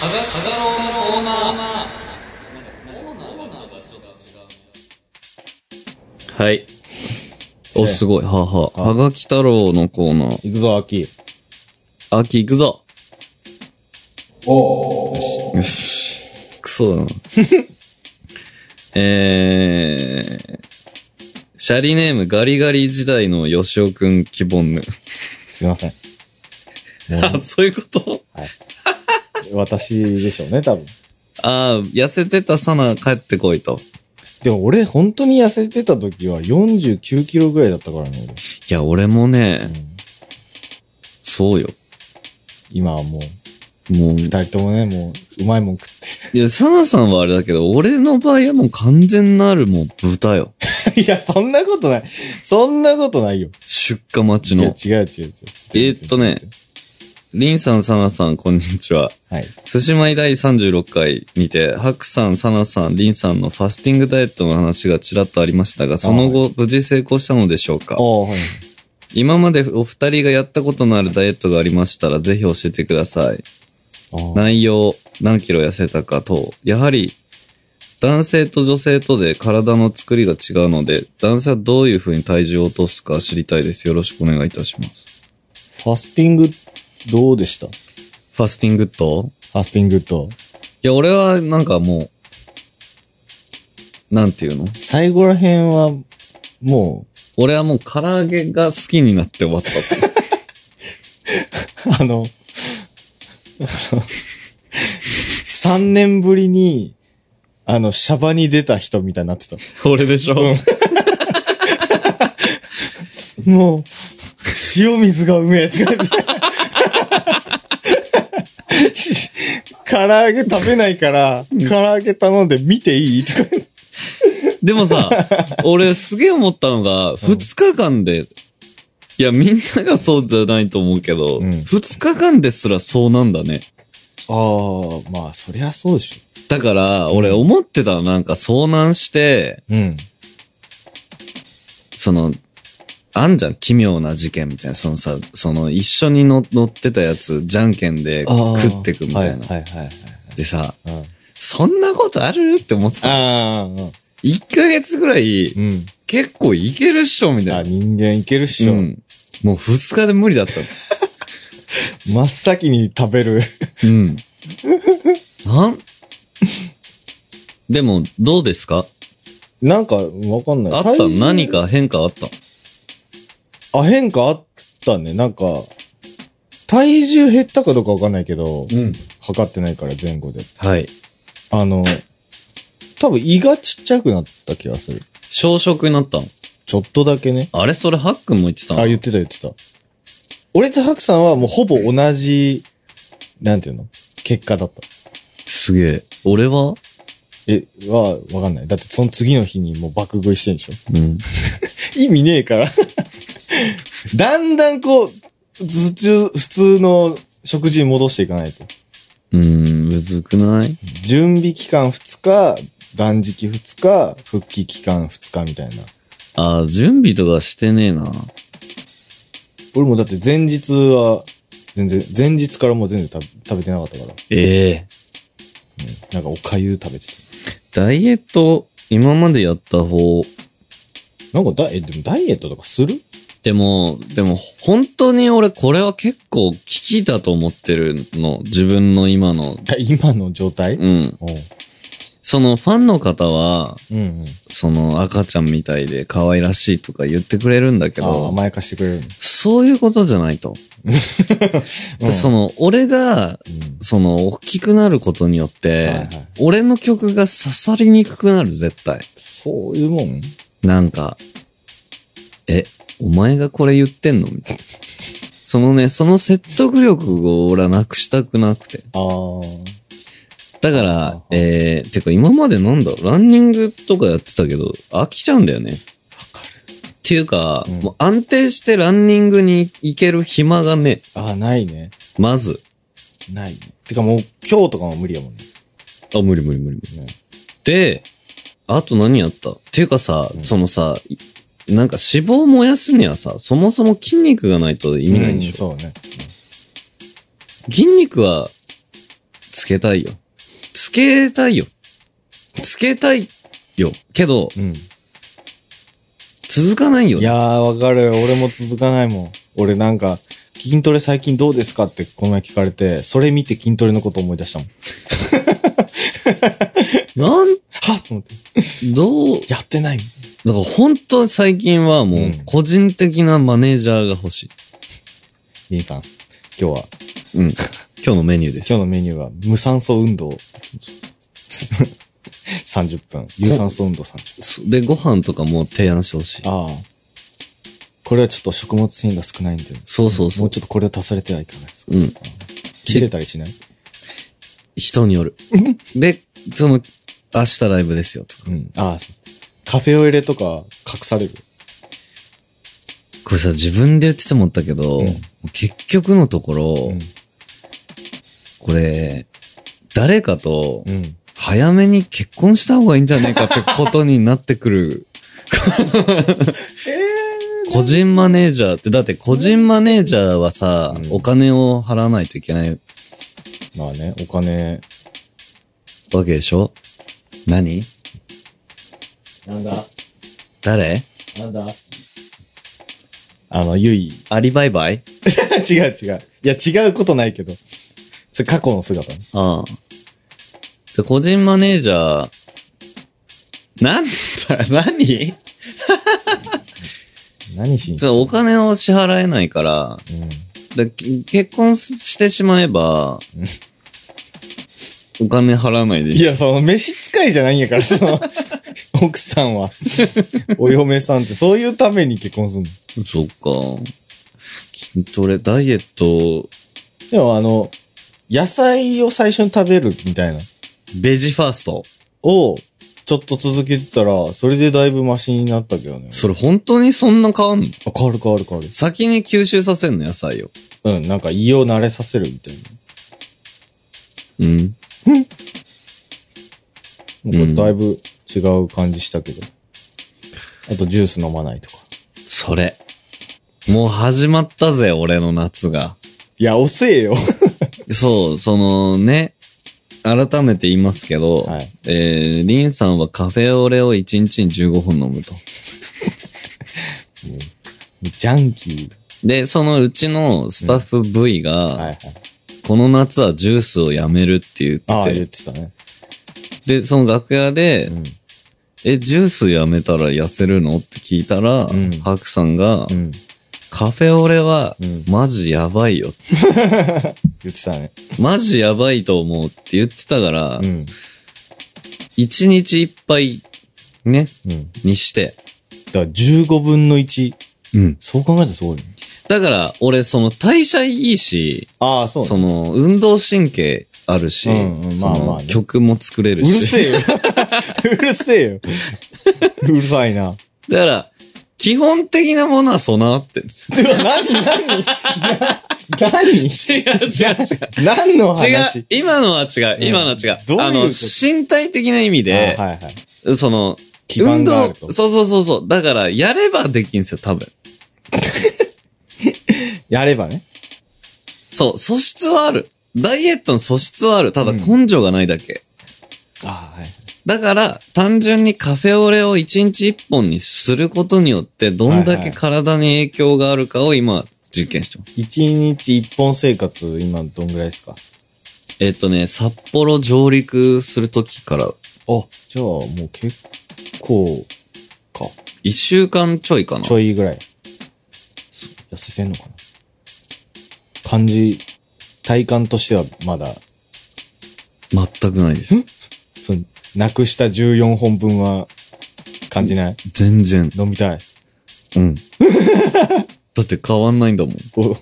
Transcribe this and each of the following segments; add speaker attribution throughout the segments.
Speaker 1: かがかがろうのコーナーはいおすごいはあはあはがき太郎のコーナー
Speaker 2: 行くぞ、秋。
Speaker 1: 秋行くぞ
Speaker 3: おー
Speaker 1: よしクソだな えーシャリネームガリガリ時代の吉尾くん希望ぬ。
Speaker 2: すいま せん。
Speaker 1: あ、 そういうこと
Speaker 2: 私でしょうね、多分。
Speaker 1: ああ、痩せてたサナ帰ってこいと。
Speaker 2: でも俺、本当に痩せてた時は49キロぐらいだったからね、俺
Speaker 1: いや、俺もね、
Speaker 2: うん
Speaker 1: そうよ。
Speaker 2: 今はもう、
Speaker 1: もう、
Speaker 2: 二人ともね、もう、うまいもん食っ
Speaker 1: いや、サナさんはあれだけど、俺の場合はもう完全なるもう豚よ。
Speaker 2: て。 いや、そんなことない。そんなことないよ。
Speaker 1: 出荷待ち
Speaker 2: いや、
Speaker 1: の。
Speaker 2: 違う違う違う。
Speaker 1: えーっとね
Speaker 2: 全然。全然
Speaker 1: リンさん、サナさん、こんにちは。
Speaker 2: はい。
Speaker 1: 寿司米第36回にて、ハクさん、サナさん、リンさんのファスティングダイエットの話がちらっとありましたが、その後、無事成功したのでしょうか
Speaker 2: ああ、はい。
Speaker 1: 今までお二人がやったことのあるダイエットがありましたら、ぜひ教えてください。
Speaker 2: あー
Speaker 1: 内容、何キロ痩せたか等、やはり、男性と女性とで体の作りが違うので、男性はどういう風に体重を落とすか知りたいです。よろしくお願いいたします。
Speaker 2: ファスティング、どうでしたフ
Speaker 1: ファスティングと
Speaker 2: ァスティングと、
Speaker 1: いや、俺はなんかもう、なんていうの
Speaker 2: 最後ら辺は、も
Speaker 1: 俺はもう唐揚げが好きになって終わった。
Speaker 2: う、 あの、3年ぶりに、あの、シャバに出た人みたいになってた。
Speaker 1: 俺でしょ、
Speaker 2: もう、塩水がうめえとか言って。し 唐揚げ食べないから、唐揚げ頼んで見ていいとか言って。
Speaker 1: でもさ、俺すげえ思ったのが、2日間で、いや、みんながそうじゃないと思うけど、
Speaker 2: うん
Speaker 1: 2日間ですらそうなんだね。
Speaker 2: ああ、まあ、そりゃそうでし
Speaker 1: だから、俺思ってたのなんか遭難して、
Speaker 2: ょ。うん。
Speaker 1: その、あんじゃん、奇妙な事件みたいな、そのさ、その一緒にの乗ってたやつ、じゃんけんで食ってくみたいな。
Speaker 2: はいはいはい。
Speaker 1: でさ、
Speaker 2: うん
Speaker 1: そんなことあるって思ってた。
Speaker 2: ああ、
Speaker 1: 1ヶ月ぐらい、
Speaker 2: うん。
Speaker 1: 結構いけるっしょ、みた
Speaker 2: あ、
Speaker 1: いな。
Speaker 2: 人間いけるっしょ。
Speaker 1: うん。もう2日で無理だった。
Speaker 2: 真っ先に食べる。
Speaker 1: うん。なんでも、どうですか
Speaker 2: なんか、わかんない。
Speaker 1: あっ
Speaker 2: 体
Speaker 1: た
Speaker 2: 重
Speaker 1: 何か変化あった
Speaker 2: あ、変化あったね。なんか、体重減ったかどうかわかんないけど、
Speaker 1: うん。
Speaker 2: 測ってないから前後で。
Speaker 1: はい。
Speaker 2: あの、多分胃がちっちゃくなった気がする。
Speaker 1: 小食になったの
Speaker 2: ちょっとだけね。
Speaker 1: あれそれ、ハックンも言ってたの
Speaker 2: あ、言ってた言ってた。俺とハクさんはもうほぼ同じ、なんていうの結果だった。
Speaker 1: すげえ。俺は
Speaker 2: え、は、わかんない。だってその次の日にもう爆食いしてんでしょ
Speaker 1: うん。
Speaker 2: 意味ねえから。だんだんこう、普通、普通の食事に戻していかないと。
Speaker 1: うーん、むずくない
Speaker 2: 準備期間2日、断食2日、復帰期間2日みたいな。
Speaker 1: あー、準備とかしてねえな。
Speaker 2: 俺もだって前日は、全然、前日からもう全然食べ食べてなかったから。
Speaker 1: ええ
Speaker 2: なんかおかゆ食べて
Speaker 1: ダイエット、今までやった方、
Speaker 2: た。なんかダイえ、でもダイエットとかする
Speaker 1: でも、でも、本当に俺これは結構危機だと思ってるの。自分の今の。
Speaker 2: え今の状態
Speaker 1: うん。
Speaker 2: おう
Speaker 1: そのファンの方は、
Speaker 2: うんうん。
Speaker 1: その赤ちゃんみたいで可愛らしいとか言ってくれるんだけ
Speaker 2: ああ、
Speaker 1: ど、
Speaker 2: 甘やかしてくれるの。
Speaker 1: そういうことじゃないと。
Speaker 2: うん
Speaker 1: でその、俺が、
Speaker 2: うん
Speaker 1: その、大きくなることによって、
Speaker 2: はいはい
Speaker 1: 俺の曲が刺さりにくくなる、絶対。
Speaker 2: そういうもん
Speaker 1: なんか、え、お前がこれ言ってんのみたいな。そのね、その説得力を俺はなくしたくなくて。
Speaker 2: ああ。
Speaker 1: だか
Speaker 2: は
Speaker 1: ら
Speaker 2: は、
Speaker 1: えー、てか今までなんだろう、ランニングとかやってたけど、飽きちゃうんだよね。っていうか、
Speaker 2: うん
Speaker 1: もう安定してランニングに行ける暇がね、
Speaker 2: ああ、ないね。
Speaker 1: まず。
Speaker 2: ないね。てかもう今日とかも無理やもんね。
Speaker 1: あ、無理無理無理無理。
Speaker 2: ね
Speaker 1: で、あと何やったっていうかさ、
Speaker 2: うん
Speaker 1: そのさ、いなんか脂肪を燃やすにはさ、そもそも筋肉がないと意味ないでしょ
Speaker 2: うんそうね。
Speaker 1: 筋肉はつつけたいよ。つけたいよ。つけたいよ。けど、
Speaker 2: うん。
Speaker 1: 続かないよ
Speaker 2: い
Speaker 1: ね。
Speaker 2: やー、わかるよ。俺も続かないもん。俺なんか、筋トレ最近どうですかってこの前聞かれて、それ見て筋トレのこと思い出したもん。
Speaker 1: なん、
Speaker 2: はっと思って。
Speaker 1: どう、
Speaker 2: やってないもん。
Speaker 1: だから本当最近はもう
Speaker 2: うん、
Speaker 1: 個人的なマネージャーが欲し
Speaker 2: リンさん。今日は、
Speaker 1: い。うん。今日のメニューです。
Speaker 2: 今日のメニューは、無酸素運動。30分。有酸素運動30分。
Speaker 1: そで、ご飯とかも提案してほしい。
Speaker 2: ああ。これはちょっと食物繊維が少ないんで、
Speaker 1: そうそうそ
Speaker 2: もう
Speaker 1: う。
Speaker 2: ちょっとこれを足されてはいかないですか。
Speaker 1: うん。
Speaker 2: 切れたりしない
Speaker 1: 人によ る。で、その、明日ライブですよとか。
Speaker 2: うん。ああ、そう。カフェオレとか隠される。
Speaker 1: これさ、自分で言ってて思ったけど、
Speaker 2: うん
Speaker 1: 結局のところ、
Speaker 2: うん
Speaker 1: これ、誰かと、
Speaker 2: うん。
Speaker 1: 早めに結婚した方がいいんじゃないかってことになってく る。
Speaker 2: ええ
Speaker 1: 個人マネージャーって、だって個人マネージャーはさ、
Speaker 2: うん
Speaker 1: お金を払わないといけない
Speaker 2: まあね、お金。
Speaker 1: わけでしょ何
Speaker 2: なんだ
Speaker 1: 誰
Speaker 2: なんだあの、ゆい。
Speaker 1: アリバイバイ
Speaker 2: 違う違う。いや、違うことないけど。それ過去の姿ね。
Speaker 1: ああ。で、個人マネージャー、なんだ、何
Speaker 2: 何しに
Speaker 1: そう、お金を支払えないから、
Speaker 2: うん。
Speaker 1: でけ結婚してしまえば、お金払わないでい
Speaker 2: い
Speaker 1: い。
Speaker 2: や、その、飯使いじゃないんやから、その、 奥さん は。お嫁さんって、そういうために結婚するの。
Speaker 1: そっか。筋トレ、ダイエット、
Speaker 2: でも、あの、野菜を最初に食べるみたいな。
Speaker 1: ベジファースト。
Speaker 2: を、ちょっと続けてたら、それでだいぶマシになったけどね。
Speaker 1: それ本当にそんな変わんの
Speaker 2: あ、変わる変わる変わる。
Speaker 1: 先に吸収させんの、野菜を。
Speaker 2: うん、なんか胃を慣れさせるみたいな。
Speaker 1: うん。
Speaker 2: なんかだいぶ違う感じしたけど。あとジュース飲まないとか。
Speaker 1: それ。もう始まったぜ、俺の夏が。
Speaker 2: いや、遅えよ。
Speaker 1: そう、そのね、改めて言いますけど、
Speaker 2: はい
Speaker 1: えー、リンさんはカフェオレを1日に15本飲むと。
Speaker 2: ジャンキ
Speaker 1: で、そのうちのスタッフ V が、
Speaker 2: ー。はいはい。
Speaker 1: この夏はジュースをやめるって言
Speaker 2: あ
Speaker 1: っ
Speaker 2: あ、言っててたね。
Speaker 1: て、で、その楽屋で、
Speaker 2: うん。
Speaker 1: え、ジュースやめたら痩せるのって聞いたら、
Speaker 2: ん
Speaker 1: ハクさんが、
Speaker 2: うん。
Speaker 1: カフェオレは
Speaker 2: うん、
Speaker 1: マジやばいよ。
Speaker 2: 言ってたね。
Speaker 1: マジやばいと思うって言ってたから、
Speaker 2: うん。
Speaker 1: 一日一杯、ね、
Speaker 2: うん。だ
Speaker 1: にして。
Speaker 2: から15分の1。そう考えたらすごいね。
Speaker 1: だから、俺、その、代謝いいし、
Speaker 2: ああ、そうね
Speaker 1: その、運動神経あるし、
Speaker 2: うんうん
Speaker 1: そ
Speaker 2: まあま
Speaker 1: の
Speaker 2: あね
Speaker 1: 曲も作れる
Speaker 2: うる
Speaker 1: し。
Speaker 2: せえよ。うるせえよ。うるさいな。
Speaker 1: だから、基本的なものは備わってるん ですよ。
Speaker 2: では、何、何
Speaker 1: 違う違う違
Speaker 2: 何
Speaker 1: う。
Speaker 2: 何の話
Speaker 1: 違う。今のは違う。
Speaker 2: ん
Speaker 1: 今のは違う。
Speaker 2: どういうこと
Speaker 1: あの、身体的な意味で、
Speaker 2: あはいはい。
Speaker 1: その、
Speaker 2: 基
Speaker 1: 運
Speaker 2: 盤があ
Speaker 1: 動、
Speaker 2: ると
Speaker 1: そうそうそうそう。だから、やればできんすよ、多分。
Speaker 2: やればね。
Speaker 1: そう、素質はある。ダイエットの素質はある。ただ、根性がないだけ。
Speaker 2: ああ、はい。
Speaker 1: だから、単純にカフェオレを1日1本にすることによって、どんだけ体に影響があるかを今、実験してます。
Speaker 2: 一日一本生活、今どんぐらいですか
Speaker 1: えっとね、札幌上陸するときから、
Speaker 2: あ、じゃあもう結構か。
Speaker 1: 1週間ちょいかな
Speaker 2: ち。ょいぐらい。痩せてんのかな感じ、体感としてはまだ、
Speaker 1: 全くないです。
Speaker 2: その、なくした14本分は感じない
Speaker 1: 全然。
Speaker 2: 飲みたい。
Speaker 1: うん。だって変わんないんだもん。
Speaker 2: お い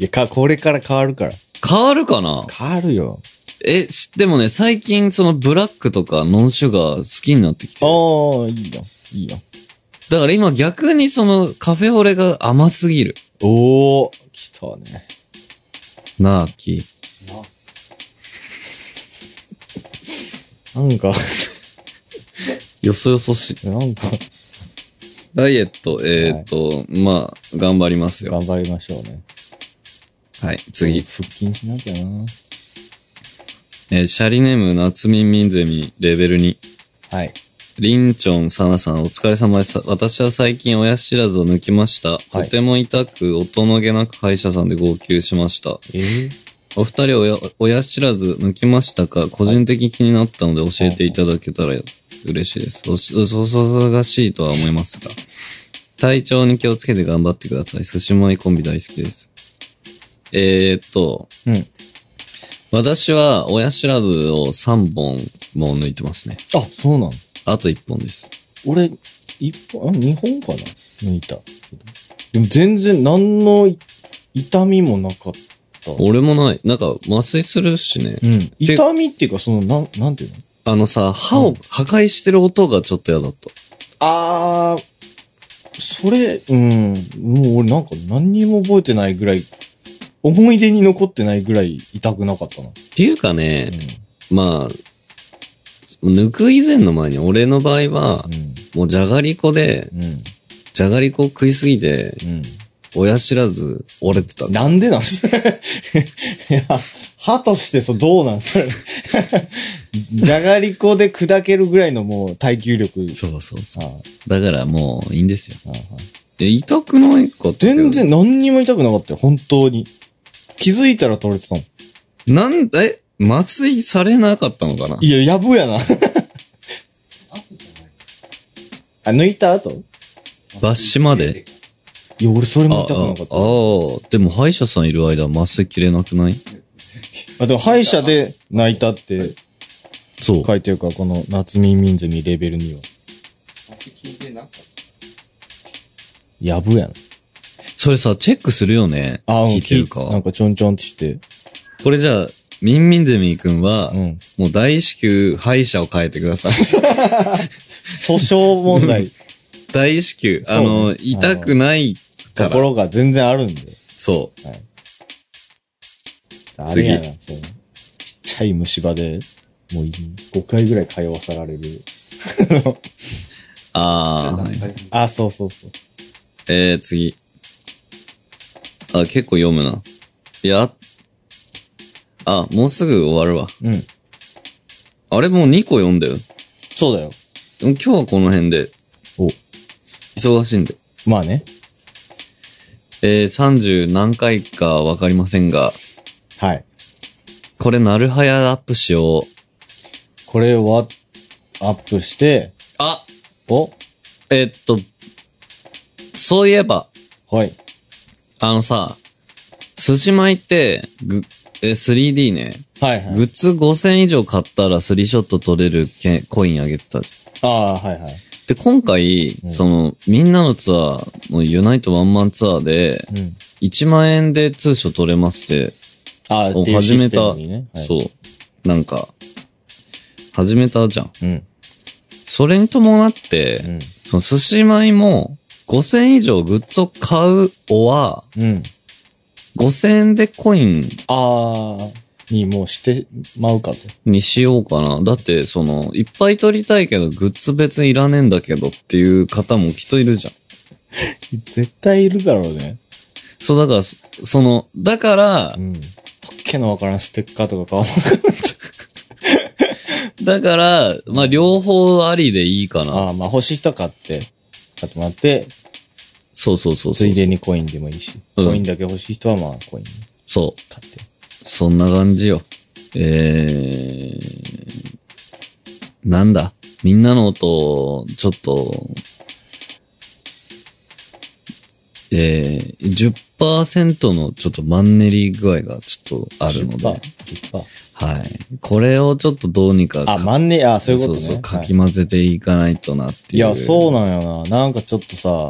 Speaker 2: や、か、これから変わるから。
Speaker 1: 変わるかな
Speaker 2: 変わるよ。
Speaker 1: え、しでもね、最近そのブラックとかノンシュガー好きになってきて
Speaker 2: あ
Speaker 1: る。
Speaker 2: あ、いいよ。いいよ。
Speaker 1: だから今逆にそのカフェオレが甘すぎる。
Speaker 2: おお来たね。
Speaker 1: なあ、き。
Speaker 2: なんか、
Speaker 1: よそよそしい。
Speaker 2: なんか、
Speaker 1: ダイエット、えーっ、と、まあ、頑張りますよ。
Speaker 2: 頑張りましょうね。
Speaker 1: はい、次。
Speaker 2: 腹筋しなきゃな。
Speaker 1: えーシャリネーム、夏みみんゼミ、レベル2。
Speaker 2: はい。
Speaker 1: リンチョン、サナさん、お疲れ様です。私は最近親知らずを抜きました。
Speaker 2: はい
Speaker 1: とても痛く、大人げなく歯医者さんで号泣しました。
Speaker 2: えー、
Speaker 1: お二人親、親知らず抜きましたか個人的に気になったので教えていただけたら嬉しいです。おし、おそそそがしいとは思いますが。体調に気をつけて頑張ってください。寿司もいコンビ大好きです。えー、っと、
Speaker 2: うん。
Speaker 1: 私は親知らずを3本も抜いてますね。
Speaker 2: あ、そうなの
Speaker 1: あと1本です。
Speaker 2: 俺、一本、あ、二本かな抜いた。でも全然何のい痛みもなかった。う
Speaker 1: 俺もない。なんか麻酔するしね。
Speaker 2: ん。痛みっていうか、その、なん、なんていうの
Speaker 1: あのさ、歯を破壊してる音がちょっと嫌だった。
Speaker 2: あー、それ、うん。もう俺なんか何にも覚えてないぐらい、思い出に残ってないぐらい痛くなかったな。
Speaker 1: っていうかね、まあ、抜く以前の前に俺の場合は
Speaker 2: う、ん。
Speaker 1: もうじゃがりこで、
Speaker 2: うん。
Speaker 1: じゃがりこ食いすぎて、
Speaker 2: うん。
Speaker 1: 親知らず折れてた。
Speaker 2: なんでなんす いや、歯としてそう、どうなんす かじゃがりこで砕けるぐらいのもう耐久力。
Speaker 1: そうそうそ
Speaker 2: ああ
Speaker 1: う。だからもういいんですよ。
Speaker 2: ああ
Speaker 1: え、痛くないかって。
Speaker 2: 全。然何にも痛くなかったよ、本当に。気づいたら取れてたもん。
Speaker 1: なん、え、麻酔されなかったのかない
Speaker 2: や、やぶやな。あ、 抜いた後
Speaker 1: 抜歯まで。
Speaker 2: いや、俺それ
Speaker 1: あ、あ、
Speaker 2: も
Speaker 1: ああ
Speaker 2: 痛くなかった。
Speaker 1: ー、でも歯医者さんいる間麻酔切れなくない
Speaker 2: あでも、歯医者で泣いたって
Speaker 1: そう。
Speaker 2: 書いてるから、この夏みみんゼミレベル2は。やぶやな。
Speaker 1: それさ、チェックするよね。
Speaker 2: あ、うん
Speaker 1: 聞いてるか。
Speaker 2: なんかちょんちょんってして。
Speaker 1: これじゃあ、ミンミンゼミ君は、
Speaker 2: うん。
Speaker 1: もう大至急、歯医者を変えてくだ さい。
Speaker 2: 訴訟問 題。
Speaker 1: 大至急、
Speaker 2: そう
Speaker 1: あ
Speaker 2: ね
Speaker 1: の、痛くないか
Speaker 2: と
Speaker 1: ら
Speaker 2: こ。ろが全然あるんで。
Speaker 1: そう。
Speaker 2: あれやな、そのちっちゃい虫歯で、もう5回ぐらい通わさられる。
Speaker 1: あー、はい、
Speaker 2: あ、そうそうそう。
Speaker 1: えー、次。あ、結構読むな。いや、あ、もうすぐ終わるわ。
Speaker 2: うん。
Speaker 1: あれもう2個読んだよ。
Speaker 2: そうだよ。
Speaker 1: でも今日はこの辺で、
Speaker 2: お。
Speaker 1: 忙しいんで。
Speaker 2: まあね。
Speaker 1: えー、30何回かわかりませんが、
Speaker 2: はい。
Speaker 1: これ、なるはやアップしよう。
Speaker 2: これは、アップして、
Speaker 1: あ、
Speaker 2: お
Speaker 1: えっと、そういえば、
Speaker 2: はい。
Speaker 1: あのさ、寿司米って、ぐ、え、3D ね。
Speaker 2: はいは
Speaker 1: グ
Speaker 2: い。
Speaker 1: ッズ5000以上買ったらスリーショット取れるけコインあげてたじゃ
Speaker 2: ああー、はいはい。
Speaker 1: ん。で、今回、
Speaker 2: うん
Speaker 1: その、みんなのツアーのユナイトワンマンツアーで、
Speaker 2: うん。
Speaker 1: 1万円で通所取れますって、
Speaker 2: ああ、
Speaker 1: お
Speaker 2: っていう
Speaker 1: 始め
Speaker 2: システ
Speaker 1: た、
Speaker 2: ムにねはい、
Speaker 1: そう、なんか、始めたじゃん。
Speaker 2: う。うん。
Speaker 1: それに伴って、
Speaker 2: うん。
Speaker 1: その寿司米も、5000以上グッズを買うおは、
Speaker 2: うん。
Speaker 1: 5000円でコイン
Speaker 2: ああ、にもうしてまうかと。
Speaker 1: にしようかな。だって、その、いっぱい取りたいけど、グッズ別にいらねえんだけどっていう方もきっといるじゃん。
Speaker 2: 絶対いるだろうね。
Speaker 1: そう、だから、そその、だから
Speaker 2: う、ん。ポッケのわからんステッカーとか買わな
Speaker 1: だから、まあ、両方ありでいいかな。
Speaker 2: ああ、まあ欲しい人は買って、買ってもらって、
Speaker 1: そうそうそうそ
Speaker 2: つ
Speaker 1: う
Speaker 2: い。でにコインでもいいし、
Speaker 1: うん
Speaker 2: コインだけ欲しい人はまあコイン
Speaker 1: そう。
Speaker 2: 買って。
Speaker 1: そんな感じよ。えー、なんだ。みんなの音、ちょっと、えー、10%のちょっとマンネリ具合がちょっとあるので。
Speaker 2: 10%。
Speaker 1: はい。これをちょっとどうにか
Speaker 2: あ、
Speaker 1: か
Speaker 2: マンネリ、あ、そういうことね。
Speaker 1: そうそう、か
Speaker 2: はい
Speaker 1: き混ぜていかないとなっていう。
Speaker 2: いや、そうなんよな。なんかちょっとさ、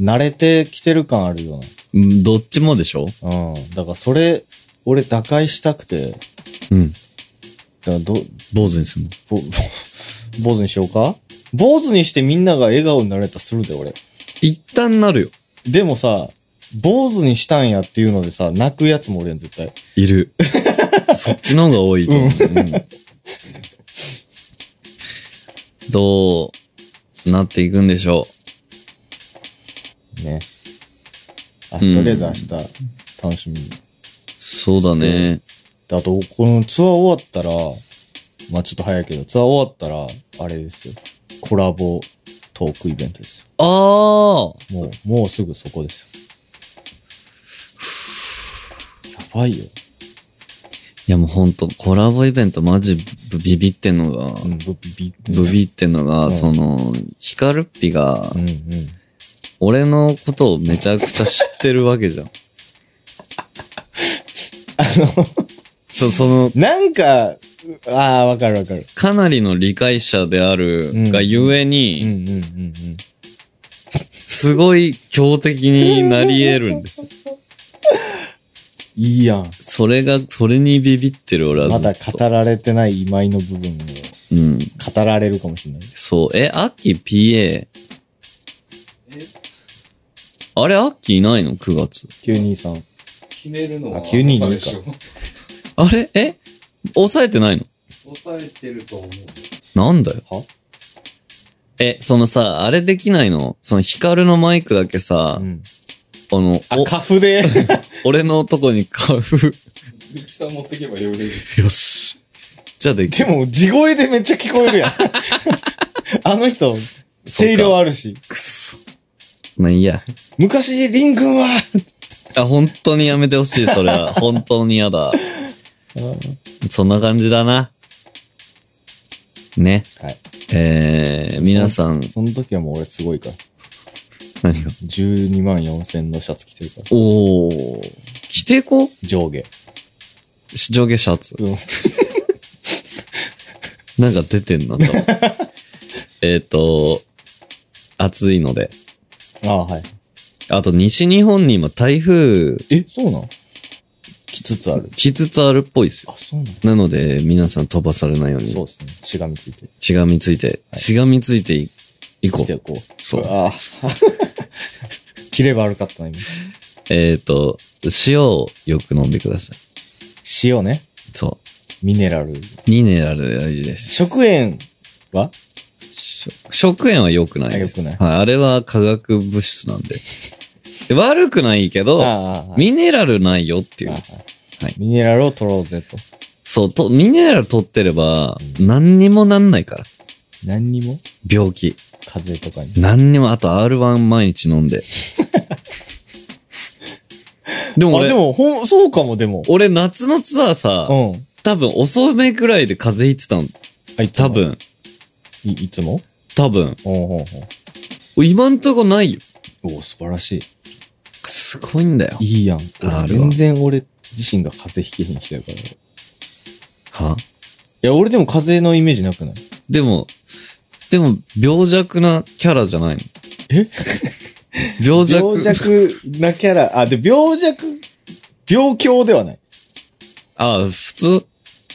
Speaker 2: 慣れてきてる感あるよ
Speaker 1: うん。どっちもでしょ
Speaker 2: な。うん。だからそれ、俺打開したくて、
Speaker 1: うん。
Speaker 2: だからど、
Speaker 1: 坊主にするの。
Speaker 2: ぼ、ぼ坊主にしようか坊主にしてみんなが笑顔になれたらするで、俺。
Speaker 1: 一旦なるよ。
Speaker 2: でもさ、坊主にしたんやっていうのでさ、泣くやつもおるやん、絶対。
Speaker 1: いる。そっちの方が多いと思う。うんどうなっていくんでしょ
Speaker 2: ね。あ、
Speaker 1: うん
Speaker 2: とりあえず明日、楽しみに。
Speaker 1: う。そうだね。
Speaker 2: であと、このツアー終わったら、まあちょっと早いけど、ツアー終わったら、あれですよ。コラボトークイベントですよ。
Speaker 1: ああ
Speaker 2: もう、もうすぐそこですよ。やばいよ。
Speaker 1: いやもうほんと、コラボイベントマジブビビってんのが、
Speaker 2: うん、ブビビ
Speaker 1: ブビってんのが、
Speaker 2: うん
Speaker 1: その、ヒカルッピが
Speaker 2: う、んうん。
Speaker 1: 俺のことをめちゃくちゃ知ってるわけ じゃん。そその、
Speaker 2: なんか、うああ、わかるわかる。
Speaker 1: かなりの理解者である
Speaker 2: うん
Speaker 1: がゆえ
Speaker 2: うん
Speaker 1: に、
Speaker 2: うんうんうん。
Speaker 1: すごい強敵になり得るんですよ。
Speaker 2: いいやん。
Speaker 1: それが、それにビビってる俺は
Speaker 2: ま
Speaker 1: ず
Speaker 2: だ
Speaker 1: っと。
Speaker 2: 語られてない今井の部分を
Speaker 1: うん。
Speaker 2: 語られるかもしれない。
Speaker 1: そう。え、アッキー PA。あれ、アッキーいないの ?9 月。
Speaker 2: 923。
Speaker 3: 決めるのは
Speaker 2: あ急に
Speaker 3: あなた でしょ
Speaker 1: あれえ抑えてないの
Speaker 3: 抑えてると思う。
Speaker 1: なんだよ。
Speaker 2: は
Speaker 1: え、そのさ、あれできないのそのヒカルのマイクだけさ
Speaker 2: う、ん。
Speaker 1: あの、
Speaker 2: あ、
Speaker 1: お
Speaker 2: カフで。
Speaker 1: 俺のとこに買う。
Speaker 3: ミキサー持ってけばより。
Speaker 1: よし。じゃあでき
Speaker 2: で
Speaker 1: る。
Speaker 2: も、地声でめっちゃ聞こえるやん。あの人、声量あるし。
Speaker 1: くっそ。まあいいや。
Speaker 2: 昔、リン君は、
Speaker 1: あ、本当にやめてほしい、それ は。本当にやだ。そんな感じだな。ね。
Speaker 2: はい。
Speaker 1: えー、皆さん、
Speaker 2: その時はもう俺すごいから。
Speaker 1: 何が
Speaker 2: 12万4千のシャツ着てるから。
Speaker 1: おー。着てこ
Speaker 2: 上下。
Speaker 1: 上下シャツ。
Speaker 2: うん。
Speaker 1: なんか出てんな と。えっと、暑いので。
Speaker 2: ああ、はい。
Speaker 1: あと、西日本に今台風
Speaker 2: え、そうなのきつつある。
Speaker 1: 来つつあるっぽいですよ。
Speaker 2: あ、そう
Speaker 1: な
Speaker 2: なの
Speaker 1: ので、皆さん飛ばされないよう
Speaker 2: そう
Speaker 1: に、
Speaker 2: ですね。しがみついて。
Speaker 1: しがみついて、しがみついていいこ
Speaker 2: 見て
Speaker 1: う。
Speaker 2: こう。
Speaker 1: そう
Speaker 2: あ あ。切れば悪かったな、今。
Speaker 1: えっ、と、塩をよく飲んでください。
Speaker 2: 塩ね。
Speaker 1: そ
Speaker 2: ミネラル。
Speaker 1: う。ミネラル大事です。
Speaker 2: 食塩は
Speaker 1: しょ食塩は良くないです。
Speaker 2: あ良く
Speaker 1: はい。あれは化学物質なんで。で悪くないけ
Speaker 2: あ
Speaker 1: ど、
Speaker 2: あああ、
Speaker 1: ミネラルないよっていう
Speaker 2: ああ。
Speaker 1: はい
Speaker 2: ミネラルを取ろうぜと。
Speaker 1: そう、と、ミネラル取ってれば、何にもなんないから。
Speaker 2: 何にも
Speaker 1: 病気。
Speaker 2: 風邪とかに。
Speaker 1: 何にも、あと R1 毎日飲ん で。でも
Speaker 2: あ、で
Speaker 1: 俺、
Speaker 2: も、ほん、そうかも、でも。
Speaker 1: 俺夏のツアー
Speaker 2: う
Speaker 1: さ、
Speaker 2: ん。
Speaker 1: 多分遅めくらいで風邪ひいてたの。
Speaker 2: あ、いつ
Speaker 1: 多。
Speaker 2: も
Speaker 1: 分、
Speaker 2: い、いつも
Speaker 1: 多分。
Speaker 2: おうおう
Speaker 1: 今んとこないよ。
Speaker 2: おうおう素晴らし
Speaker 1: すごいんだよ
Speaker 2: い。。いいやん。
Speaker 1: あ
Speaker 2: 俺
Speaker 1: るわ
Speaker 2: 全然俺自身が風邪ひけへん人やから。い
Speaker 1: は
Speaker 2: や、俺でも風邪のイメージなくない
Speaker 1: でも、でも、病弱なキャラじゃないの。
Speaker 2: え
Speaker 1: 病弱。
Speaker 2: 病弱なキャラ。あ、で、病弱、病強ではない。
Speaker 1: あ、普通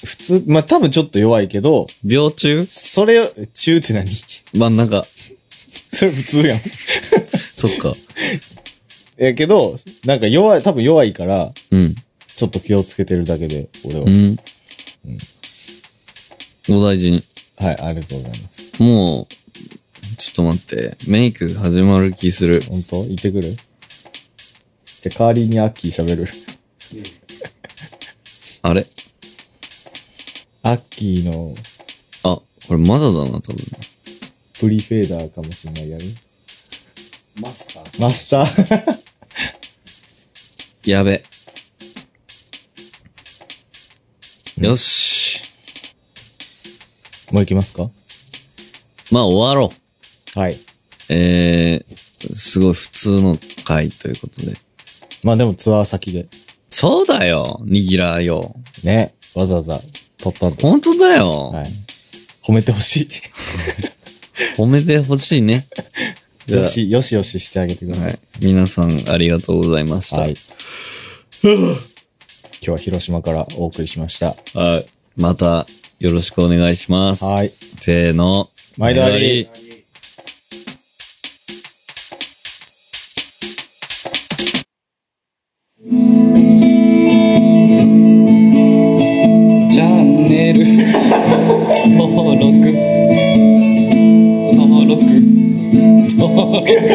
Speaker 2: 普通、まあ、多分ちょっと弱いけど、
Speaker 1: 病中
Speaker 2: それを、中って何
Speaker 1: まあ、なんか、
Speaker 2: それ普通やん。
Speaker 1: そっか。
Speaker 2: やけど、なんか弱い、多分弱いから、
Speaker 1: うん。
Speaker 2: ちょっと気をつけてるだけで、俺は。
Speaker 1: うん。お大事に。
Speaker 2: はい、ありがとうございます。
Speaker 1: もう、ちょっと待って。メイク始まる気する。
Speaker 2: 本当行ってくるじゃあ、代わりにアッキー喋る。
Speaker 1: あれ
Speaker 2: アッキーの
Speaker 1: あ、これまだだな、多分。
Speaker 2: プリフェーダーかもしんないやる
Speaker 3: マスター。
Speaker 2: マスター
Speaker 1: やべ。よし。
Speaker 2: もう行きますか
Speaker 1: まあ、終わろう。
Speaker 2: はい。
Speaker 1: えー、すごい普通の回ということで。
Speaker 2: まあでもツアー先で。
Speaker 1: そうだよ、にぎらーよ。
Speaker 2: ね。わざわざ撮ったんで。
Speaker 1: 本当だよ。
Speaker 2: はい。褒めてほ しい。
Speaker 1: 褒めてほしい ね。じゃ
Speaker 2: よ
Speaker 1: あ
Speaker 2: し、よしよししてあげてくださ。
Speaker 1: はいい。皆さんありがとうございました。
Speaker 2: はい。 今日は広島からお送りしました。
Speaker 1: はいまたよろしくお願いします。
Speaker 2: はい。
Speaker 1: せーの。
Speaker 2: 毎度あり
Speaker 1: チャンネル登録登録登録